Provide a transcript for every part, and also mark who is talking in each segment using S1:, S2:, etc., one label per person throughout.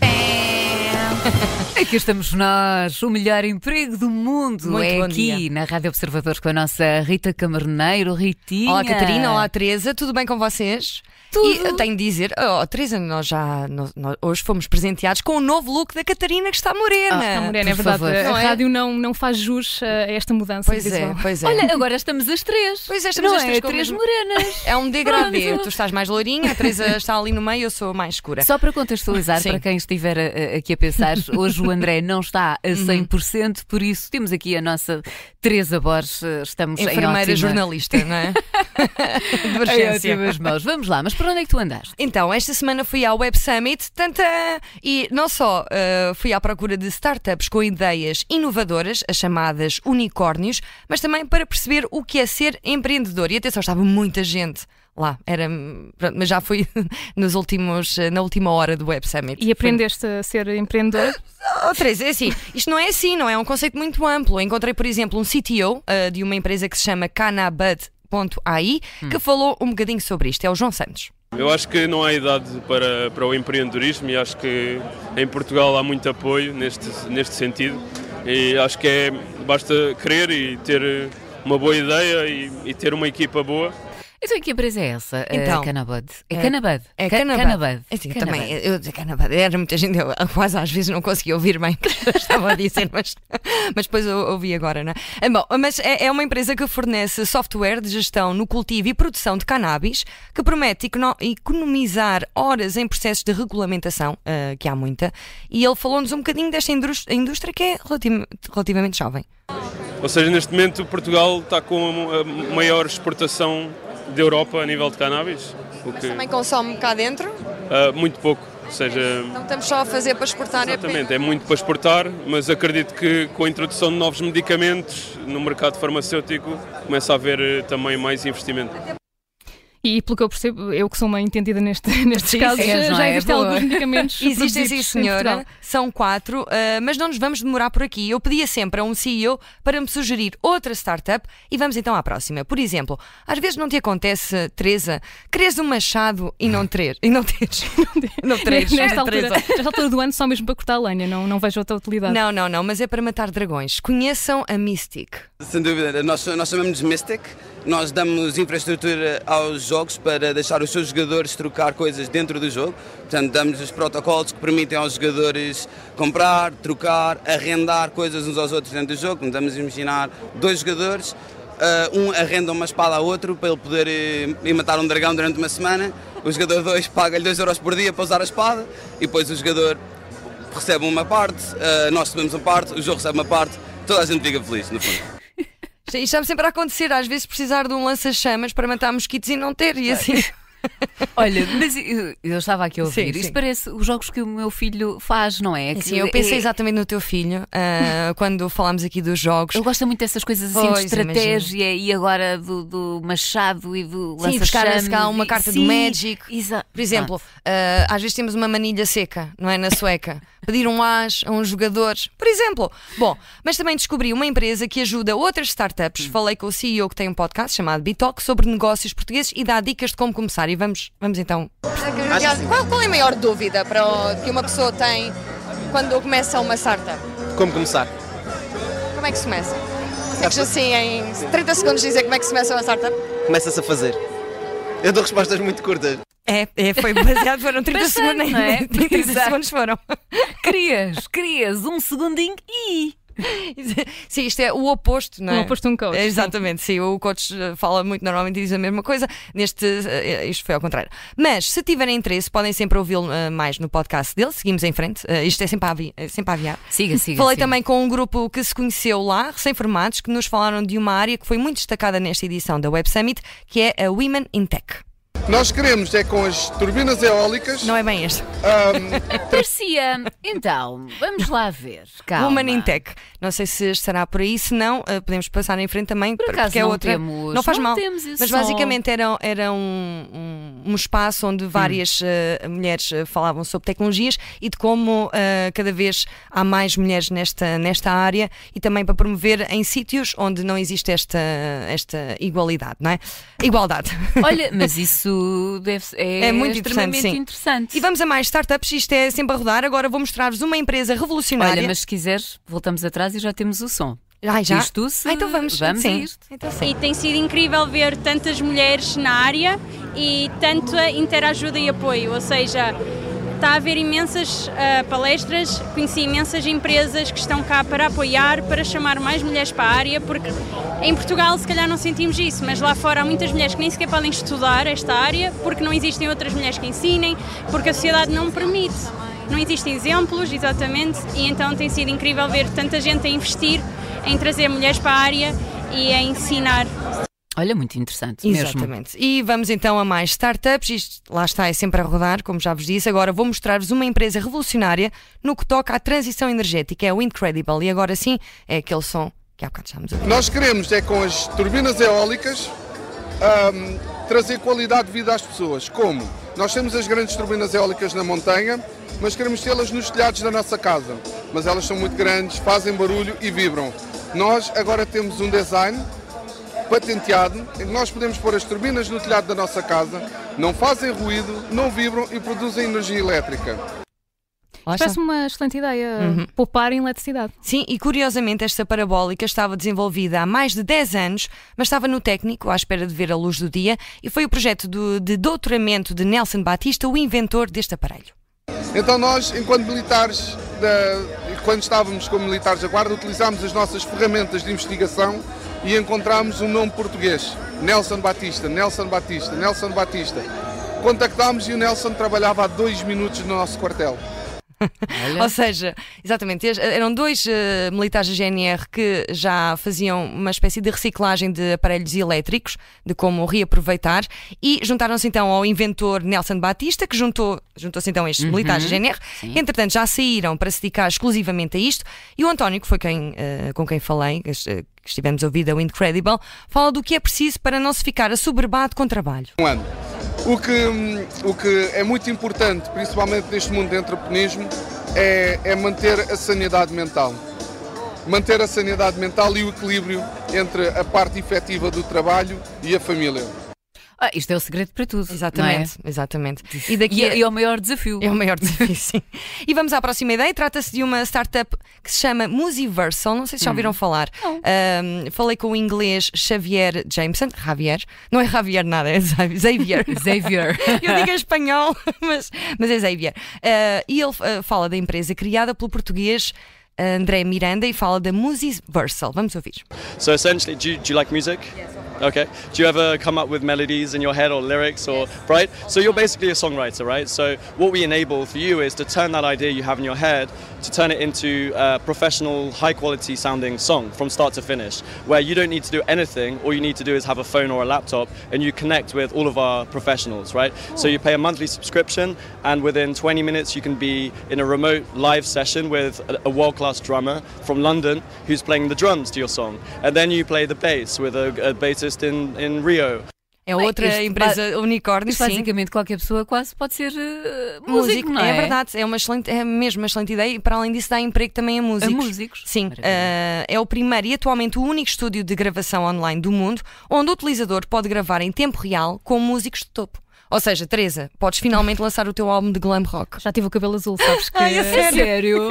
S1: É. Aqui estamos nós, o melhor emprego do mundo
S2: Muito
S1: é
S2: bom
S1: aqui
S2: dia.
S1: na Rádio Observadores com a nossa Rita Camarneiro, Ritinha.
S2: Olá Catarina, olá Teresa, tudo bem com vocês?
S1: Tudo.
S2: E eu tenho de dizer, oh, Teresa, nós já nós- nós hoje fomos presenteados com o novo look da Catarina que está morena.
S1: Ah,
S3: Está morena, é
S1: por
S3: verdade.
S1: favor.
S3: A
S2: Não é?
S3: rádio não, não faz jus uh, a esta mudança
S2: Pois é,
S3: visual.
S2: pois é.
S1: Olha, agora estamos as três.
S2: Pois é, estamos
S1: Não
S2: as três
S1: é?
S2: com o
S1: três
S2: mesmo-
S1: morenas.
S2: é um degradê. tu estás mais loirinha, a Teresa está ali no meio, eu sou mais escura.
S1: Só para contextualizar,
S2: Sim.
S1: para quem estiver eh, aqui a pensar, hoje o André não está a 100%, por isso temos aqui a nossa Teresa Borges, eh, estamos em
S2: Enfermeira
S1: ótima-
S2: jornalista, não é? de
S1: Em
S2: urgência.
S1: ótimas mãos. Vamos lá, mas para onde é que tu andaste?
S2: Então, esta semana fui ao Web Summit tantã, e não só eh, fui à procura de startups com ideias inovadoras, as chamadas unicórnios, mas também para perceber o que é ser empreendedor. E atenção, estava muita gente lá, era, pronto, mas já fui nos últimos, eh, na última hora do Web Summit.
S3: E aprendeste a ser empreendedor?
S2: Oh, Teresa, é assim, isto não é assim, não é? É um conceito muito amplo. Encontrei, por exemplo, um CTO eh, de uma empresa que se chama Canabud.ai que falou um bocadinho sobre isto. É o João Santos.
S4: Eu acho que não há idade para, para o empreendedorismo e acho que em Portugal há muito apoio neste, neste sentido e acho que é, basta querer e ter eh, uma boa ideia e, e ter uma equipa boa.
S1: Então, em que empresa é essa? eh,
S2: Então,
S1: Canabud. É
S2: é-
S1: Canabud.
S2: É
S1: Ca-
S2: Canabad.
S1: Canabud.
S2: É, sim, eu
S1: Canabud.
S2: também. Eu, eu- Canabad. Era muita gente, eu quase às vezes não conseguia ouvir bem o que eu estava a dizer, mas, mas depois eu ouvi agora, não é? Ah, Bom, mas é, é uma empresa que fornece software de gestão no cultivo e produção de cannabis que promete econo- economizar horas em processos de regulamentação, ah, que há muita, e ele falou-nos um bocadinho desta indus- indústria que é relativ- relativamente jovem.
S4: Ou seja, neste momento Portugal está com a maior exportação da Europa a nível de cannabis, o que
S2: consome cá dentro,
S4: ah, muito pouco. Ou seja,
S2: não estamos só a fazer para exportar,
S4: Exatamente, é muito para exportar, mas acredito que com a introdução de novos medicamentos no mercado farmacêutico começa a haver eh, também mais investimento.
S3: E pelo que eu percebo, eu que sou uma entendida neste, nestes
S2: Sim,
S3: casos,
S1: sim,
S3: já-
S1: não
S3: já
S1: é?
S3: existem
S1: Boa.
S3: alguns medicamentos
S2: Existem sim,
S3: produzidos em
S2: senhora.
S3: Portugal.
S2: São quatro, ah, mas não nos vamos demorar por aqui. Eu pedia sempre a um CEO para me sugerir outra startup e vamos então à próxima. Por exemplo, às vezes não te acontece, Teresa, queres um machado e não, ter, e não teres. não teres,
S3: Nesta
S2: não
S3: altura,
S2: teres.
S3: nesta altura do ano, só mesmo para cortar a lenha, não, não vejo outra utilidade.
S2: Não, não, não, mas é para matar dragões. Conheçam a Mystic.
S5: Sem dúvida, nós, nós chamamos de Mystic, nós damos infraestrutura aos jogos para deixar os seus jogadores trocar coisas dentro do jogo, portanto damos os protocolos que permitem aos jogadores comprar, trocar, arrendar coisas uns aos outros dentro do jogo, Portanto, vamos imaginar dois jogadores, ah, um arrenda uma espada ao outro para ele poder eh, ir matar um dragão durante uma semana, o jogador 2 paga-lhe 2 euros por dia para usar a espada e depois o jogador recebe uma parte, ah, nós recebemos uma parte, o jogo recebe uma parte, toda a gente fica feliz no fundo.
S2: Isto está sempre a acontecer, às vezes precisar de um lança-chamas para matar mosquitos e não ter, e assim.
S1: Olha, mas eu, eu estava aqui a
S2: Sim,
S1: ouvir.
S2: sim.
S1: Isto parece os jogos que o meu filho faz, não é?
S2: Sim,
S1: Que
S2: eu pensei
S1: é-
S2: exatamente no teu filho ah, quando falámos aqui dos jogos.
S1: Ele gosta muito dessas coisas assim de
S2: Pois,
S1: estratégia e agora do, do machado e do
S2: Sim, buscar, se calhar, uma carta do Magic.
S1: Exato.
S2: Por exemplo, ah, às vezes temos uma manilha seca, não é? Na sueca. Pedir um as a uns jogadores, por exemplo. Bom, mas também descobri uma empresa que ajuda outras startups. Falei com o CEO que tem um podcast chamado Bitalk sobre negócios portugueses e dá dicas de como começar. E vamos, vamos então.
S6: Qual, qual é a maior dúvida para o- que uma pessoa tem quando começa uma startup?
S7: Como começar?
S6: Como é que se começa? Consegues assim em 30 segundos dizer como é que se começa uma startup?
S7: Começa-se a fazer. Eu dou respostas muito curtas.
S2: É, é, foi baseado, foram 30
S1: Bastante,
S2: segundos,
S1: não é?
S2: 30
S1: Exato.
S2: segundos foram.
S1: Crias, crias, um segundinho e.
S2: Sim, isto é o oposto, não é?
S3: O oposto de um coach,
S2: É,
S3: sim.
S2: Exatamente, sim. O coach eh, fala muito normalmente e diz a mesma coisa. Neste, eh, isto foi ao contrário. Mas, se tiverem interesse, podem sempre ouvi-lo eh, mais no podcast dele. Seguimos em frente. Eh, Isto é sempre a, avi é sempre a aviar.
S1: Siga, siga.
S2: Falei
S1: siga.
S2: também com um grupo que se conheceu lá, recém-formados, que nos falaram de uma área que foi muito destacada nesta edição da Web Summit, que é a Women in Tech.
S8: Nós queremos é com as turbinas eólicas
S2: Não é bem este?
S1: Parecia. Então, vamos lá ver. Calma.
S2: Woman in Tech. Não sei se estará por aí, se não, eh, podemos passar em frente também,
S1: Por acaso
S2: porque é
S1: não
S2: outra.
S1: temos-
S2: não faz
S1: não
S2: mal.
S1: temos esse
S2: mas
S1: som.
S2: basicamente era, era um, um- um espaço onde várias
S1: Hum.
S2: eh, mulheres eh, falavam sobre tecnologias e de como eh, cada vez há mais mulheres nesta, nesta área e também para promover em sítios onde não existe esta, esta igualdade, não é? Igualdade.
S1: Olha, mas isso deve, é,
S2: É muito interessante,
S1: extremamente
S2: sim.
S1: interessante.
S2: E vamos a mais startups, isto é sempre a rodar. Agora vou mostrar-vos uma empresa revolucionária.
S1: Olha, mas se quiseres, voltamos atrás e já temos o som.
S2: Ai, já?
S1: Isto se...
S2: Ah, então vamos.
S1: vamos
S2: sim.
S1: a isto.
S2: Então sim.
S9: E tem sido incrível ver tantas mulheres na área e tanta interajuda e apoio. Ou seja, está a haver imensas ah, palestras, conheci imensas empresas que estão cá para apoiar, para chamar mais mulheres para a área, porque em Portugal se calhar não sentimos isso, mas lá fora há muitas mulheres que nem sequer podem estudar esta área porque não existem outras mulheres que ensinem, porque a sociedade não permite. Não existem exemplos, exatamente, e então tem sido incrível ver tanta gente a investir em trazer mulheres para a área e a ensinar.
S1: Olha, muito interessante mesmo.
S2: Exatamente. E vamos então a mais startups. Isto, lá está, é sempre a rodar, como já vos disse. Agora vou mostrar-vos uma empresa revolucionária no que toca à transição energética. É o Incredible. E agora sim, é aquele som que há bocado estávamos a ouvir.
S8: Nós queremos é com as turbinas eólicas ahm, trazer qualidade de vida às pessoas. Como? Nós temos as grandes turbinas eólicas na montanha, mas queremos tê-las nos telhados da nossa casa. Mas elas são muito grandes, fazem barulho e vibram. Nós agora temos um design patenteado em que nós podemos pôr as turbinas no telhado da nossa casa, não fazem ruído, não vibram e produzem energia elétrica.
S2: Lá está.
S3: Parece uma excelente ideia
S2: Uhum.
S3: poupar em eletricidade.
S2: Sim, e curiosamente esta parabólica estava desenvolvida há mais de 10 anos, mas estava no técnico à espera de ver a luz do dia e foi o projeto do- de doutoramento de Nelson Batista, o inventor deste aparelho.
S8: Então nós, enquanto militares, da- quando estávamos como militares da Guarda, utilizámos as nossas ferramentas de investigação e encontramos um nome português, Nelson Batista, Nelson Batista, Nelson Batista. Contactámos e o Nelson trabalhava há dois minutos no nosso quartel.
S1: Olha.
S2: Ou seja, exatamente, eles- eram dois eh, militares da GNR que já faziam uma espécie de reciclagem de aparelhos elétricos, de como reaproveitar, e juntaram-se então ao inventor Nelson Batista, que juntou, juntou-se então a estes militares da GNR, que entretanto já saíram para se dedicar exclusivamente a isto, e o António, que foi quem, eh, com quem falei, que es- eh, que estivemos a ouvir da Incredible, fala do que é preciso para não se ficar assoberbado com trabalho.
S8: um ano. O que, hum, o que é muito importante, principalmente neste mundo de entreprenismo, é, é manter a sanidade mental. Manter a sanidade mental e o equilíbrio entre a parte efetiva do trabalho e a família.
S1: Ah, isto é o segredo para tudo. não é?
S2: Exatamente, exatamente. E
S1: E,
S2: daqui a-
S1: é, e é o maior desafio.
S2: É o maior desafio, sim. E vamos à próxima ideia. Trata-se de uma startup que se chama Musiversal. Não sei se já ouviram falar. Ahm, falei com o inglês Xavier Jameson. Javier. Não é Javier nada, é Xavier.
S1: Xavier.
S2: Eu digo em espanhol, mas, mas é Xavier. Ah, e ele ah, fala da empresa criada pelo português ah, André Miranda e fala da Musiversal. Vamos ouvir.
S10: So essentially, do you, do you like music? Yes. Okay. Do you ever come up with melodies in your head or lyrics or right? So you're basically a songwriter, right? So what we enable for you is to turn that idea you have in your head to turn it into a professional, high-quality sounding song from start to finish, where you don't need to do anything. All you need to do is have a phone or a laptop, and you connect with all of our professionals, right? So you pay a monthly subscription, and within 20 minutes you can be in a remote live session with a, a world-class drummer from London who's playing the drums to your song, and then you play the bass with a, a bassist in, in Rio.
S2: É outra
S1: este
S2: empresa unicórnio,
S1: Mas
S2: sim.
S1: basicamente qualquer pessoa quase pode ser eh, músico,
S2: Músico,
S1: não é?
S2: verdade, é, uma excelente, é mesmo uma excelente ideia e para além disso dá emprego também a
S1: A
S2: músicos.
S1: músicos.
S2: Sim,
S1: Maravilha.
S2: eh, é o primeiro e atualmente o único estúdio de gravação online do mundo onde o utilizador pode gravar em tempo real com músicos de topo. Ou seja, Teresa, podes finalmente lançar o teu álbum de glam rock.
S3: Já tive o cabelo azul, sabes que.
S2: Ai, é
S1: É sério?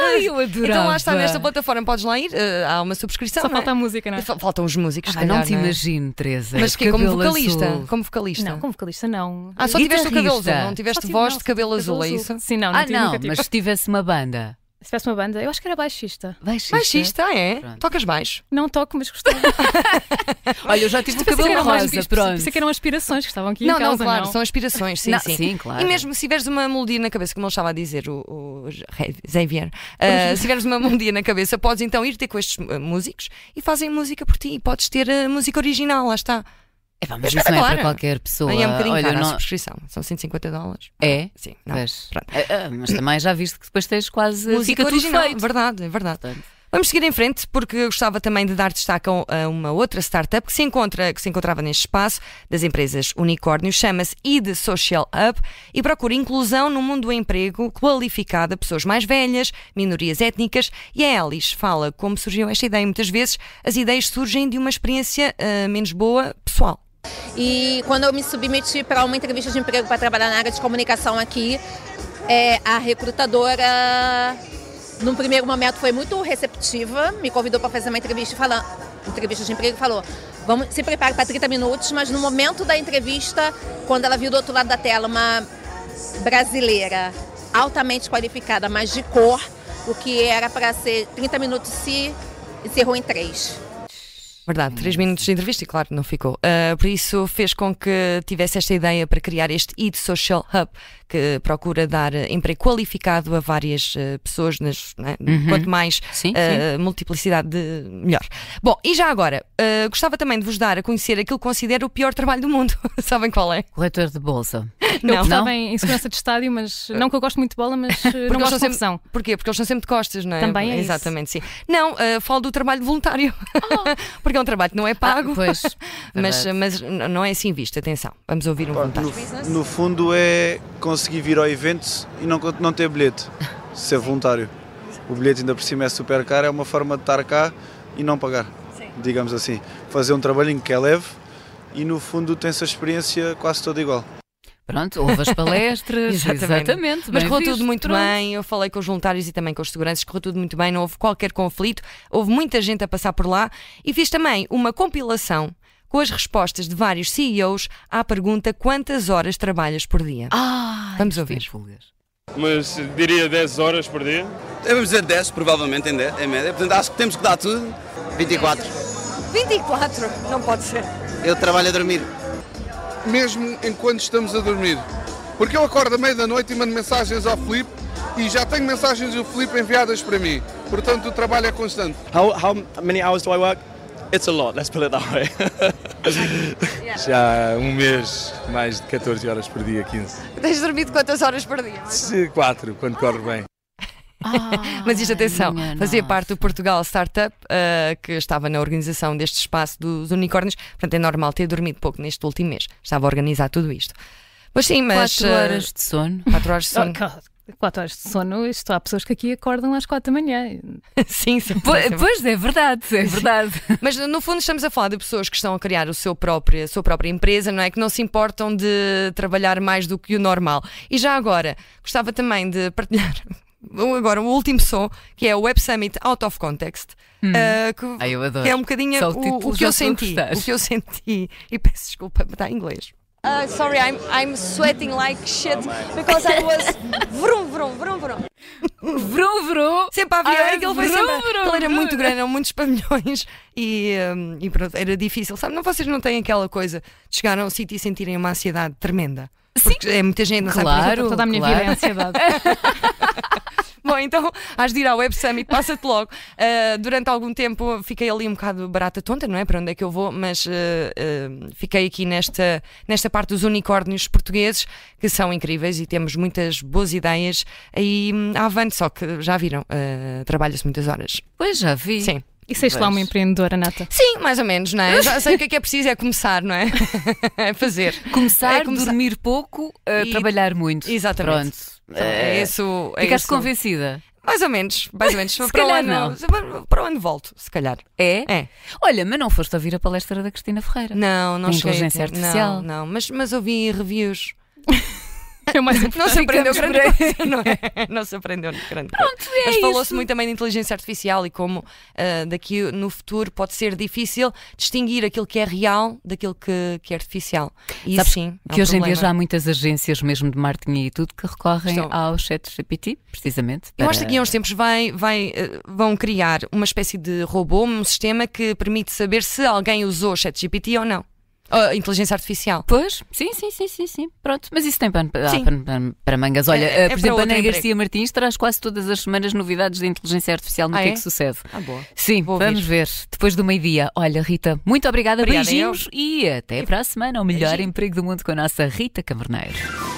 S1: Ai, eu adorava.
S2: Então lá está nesta plataforma, podes lá ir, eh, há uma subscrição.
S3: Só
S2: não é?
S3: falta a música, não é?
S2: Fal- Faltam os músicos, se
S1: Ah, não
S2: calhar,
S1: te
S2: não é?
S1: imagino, Teresa.
S2: Mas que como
S1: Cabelo
S2: vocalista,
S1: azul.
S2: como vocalista.
S3: Não, como vocalista não.
S2: Ah, só tiveste o cabelo azul,
S1: Guitarrista.
S2: não
S3: Só
S2: tiveste
S3: tive-
S2: voz
S3: não,
S2: de cabelo azul, é
S3: azul.
S2: isso?
S3: Sim, não, não
S1: Ah,
S3: tive,
S1: não,
S3: nunca tive.
S1: mas se tivesse uma banda.
S3: Se tivesse uma banda, eu acho que era baixista.
S1: Baixista.
S2: Baixista, é?
S1: Pronto.
S2: Tocas baixo.
S3: Não toco, mas gostava.
S1: Olha, eu já tive o cabelo rosa, pronto.
S3: Pensei que
S2: um
S3: eram aspirações que estavam aqui
S2: Não,
S3: em causa,
S2: não, claro,
S3: não.
S2: são aspirações, sim,
S1: Não,
S2: sim.
S1: sim, claro.
S2: E mesmo se tiveres uma melodia na cabeça, como ele estava a dizer, o, o Xavier, ah, se tiveres uma melodia na cabeça, podes então ir ter com estes ah, músicos e fazem música por ti. E podes ter ah, música original, lá está.
S1: Epá, mas isso não é
S2: Claro.
S1: para qualquer pessoa.
S2: Aí é um bocadinho
S1: Olha,
S2: cara a
S1: não...
S2: subscrição, são 150 dólares.
S1: É?
S2: Sim, não.
S1: Pois.
S2: Pronto.
S1: Ah, ah, mas também já viste que depois tens quase.
S2: Música
S1: fica tudo
S2: original,
S1: feito.
S2: verdade, é verdade.
S1: Portanto.
S2: Vamos seguir em frente porque eu gostava também de dar destaque a uma outra startup que se encontra, que se encontrava neste espaço das empresas unicórnio, chama-se ID Social Hub e procura inclusão no mundo do emprego qualificada, pessoas mais velhas, minorias étnicas e a Alice fala como surgiu esta ideia. Muitas vezes as ideias surgem de uma experiência uh, menos boa pessoal.
S11: E quando eu me submeti para uma entrevista de emprego para trabalhar na área de comunicação aqui, é, a recrutadora, num primeiro momento, foi muito receptiva, me convidou para fazer uma entrevista, falando, entrevista de emprego e falou: vamos se prepare para 30 minutos, mas no momento da entrevista, quando ela viu do outro lado da tela uma brasileira altamente qualificada, mas de cor, o que era para ser 30 minutos se encerrou em 3.
S2: Verdade,
S3: Hum.
S2: três minutos de entrevista e claro, não ficou. Uh, por isso fez com que tivesse esta ideia para criar este Eat Social Hub, que procura dar emprego qualificado a várias uh, pessoas. Nas, né? uhum. Quanto mais sim, uh, sim. multiplicidade, de, melhor. Bom, e já agora, ah, gostava também de vos dar a conhecer aquilo que considero o pior trabalho do mundo. Sabem qual é?
S1: Corretor de bolsa.
S3: Não, eu gostava em, em segurança de estádio, mas não que eu gosto muito de bola, mas Porque não gosto de
S2: sempre, Porquê? Porque eles são sempre de costas, não é?
S3: Também é
S2: Exatamente,
S3: isso.
S2: sim. Não, uh, falo do trabalho voluntário. Oh. Porque é um trabalho que não é pago.
S1: Ah, pois,
S2: mas, mas não é assim visto, atenção. Vamos ouvir um voluntário.
S7: No, no, fundo é conseguir vir ao evento e não, não ter bilhete. Ser voluntário. O bilhete ainda por cima é super caro, é uma forma de estar cá e não pagar. Sim. Digamos assim. Fazer um trabalhinho que é leve e no fundo tem-se a experiência quase toda igual.
S1: Pronto, houve as palestras, exatamente. exatamente
S2: Mas correu tudo muito pronto. bem. Eu falei com os voluntários e também com os seguranças, correu tudo muito bem, não houve qualquer conflito, houve muita gente a passar por lá e fiz também uma compilação com as respostas de vários CEOs à pergunta quantas horas trabalhas por dia.
S1: Ah,
S2: Vamos ouvir.
S4: Mas diria 10 horas por dia?
S5: Devemos dizer 10, provavelmente, em, 10, em média. Portanto, acho que temos que dar tudo.
S12: 24.
S6: 24? Não pode ser.
S12: Eu trabalho a dormir
S8: mesmo enquanto estamos a dormir. Porque eu acordo à meia-noite e mando mensagens ao Felipe e já tenho mensagens do Felipe enviadas para mim. Portanto, o trabalho é constante.
S10: How, how many hours do I work? It's a lot, let's put it that way.
S13: já há um mês, mais de 14 horas por dia, 15.
S6: Tens dormido quantas horas por dia?
S13: Quatro, quando corre bem.
S2: Ah, Mas isto, atenção, fazia nossa. parte do Portugal Startup, uh, que estava na organização deste espaço dos unicórnios, portanto é normal ter dormido pouco neste último mês. Estava a organizar tudo isto. Mas sim, mas.
S1: 4 horas de sono.
S2: 4 horas de sono.
S3: Oh, 4 horas de sono, isto há pessoas que aqui acordam às 4 da manhã.
S2: sim, sim.
S1: Pois, pois é verdade, é verdade.
S2: mas no fundo estamos a falar de pessoas que estão a criar o seu próprio, a sua própria empresa, não é? Que não se importam de trabalhar mais do que o normal. E já agora, gostava também de partilhar agora o último som, que é o Web Summit Out of Context, hum. uh, que,
S1: ah,
S2: que, é um bocadinho
S1: Só
S2: o, o, o que eu senti. O que eu senti. E peço desculpa, está em inglês.
S6: Uh, sorry, I'm, I'm sweating like shit because I was vrum vrum vrum vrum.
S1: Vrum vrum.
S2: Sempre a avião, ah, ele foi vrum, sempre. Vrum, ele era vrum. muito grande, eram muitos pavilhões e, um, e pronto, era difícil. Sabe, não, vocês não têm aquela coisa de chegar a um sítio e sentirem uma ansiedade tremenda. Porque Sim. é muita gente, não
S1: claro,
S2: sabe?
S1: Exemplo,
S3: toda a minha
S1: claro.
S3: vida é ansiedade.
S2: Bom, então has de ir ao Web Summit, passa-te logo. Uh, durante algum tempo fiquei ali um bocado barata tonta, não é? Para onde é que eu vou? Mas uh, uh, fiquei aqui nesta, nesta parte dos unicórnios portugueses, que são incríveis e temos muitas boas ideias aí hum, à avante, só que já viram, ah, trabalha-se muitas horas.
S1: Pois já vi.
S2: Sim.
S3: E seis lá uma empreendedora, Nata?
S2: Sim, mais ou menos, não é? Eu já sei o que é que é preciso, é começar, não é? é fazer.
S1: Começar,
S2: é
S1: começar... dormir pouco, uh, e... trabalhar muito.
S2: Exatamente.
S1: Pronto. É,
S2: é isso.
S1: É Ficaste isso. convencida?
S2: Mais ou menos, mais ou menos.
S1: se
S2: para,
S1: calhar
S2: onde, não. para onde volto, se calhar.
S1: É?
S2: É.
S1: Olha, mas não foste ouvir a palestra da Cristina Ferreira.
S2: Não, não cheguei.
S1: Inteligência Artificial.
S2: Não, não, mas, mas ouvi reviews.
S3: É mais importante.
S2: Não se aprendeu grande coisa, não é? Não se aprendeu grande
S1: Pronto,
S2: coisa.
S1: É
S2: Mas falou-se
S1: isso.
S2: muito também de inteligência artificial e como uh, daqui no futuro pode ser difícil distinguir aquilo que é real daquilo que, que é artificial. E
S1: Sabes
S2: sim,
S1: que
S2: é um
S1: hoje em dia
S2: problema.
S1: já há muitas agências mesmo de marketing e tudo que recorrem
S2: Estão-
S1: ao chat GPT, precisamente.
S2: Eu
S1: para-
S2: acho que aqui há uns tempos vai, vai, eh, vão criar uma espécie de robô, um sistema que permite saber se alguém usou o ChatGPT ou não. Ou a inteligência artificial.
S1: Pois, sim, sim, sim, sim, sim. Pronto, mas isso tem pano para,
S2: Sim.
S1: ah, pano- pano para mangas. Olha,
S2: É- é
S1: eh, por
S2: para
S1: exemplo, a
S2: outro
S1: Ana
S2: emprego.
S1: Garcia Martins traz quase todas as semanas novidades de inteligência artificial no
S2: Ah,
S1: que é
S2: é?
S1: que sucede.
S2: Ah, boa.
S1: Sim,
S2: Vou ouvir.
S1: vamos ver. Depois do meio-dia. Olha, Rita, muito obrigada,
S2: Obrigada,
S1: beijinhos e até para a semana. O melhor emprego do mundo com a nossa Rita Caberneiro.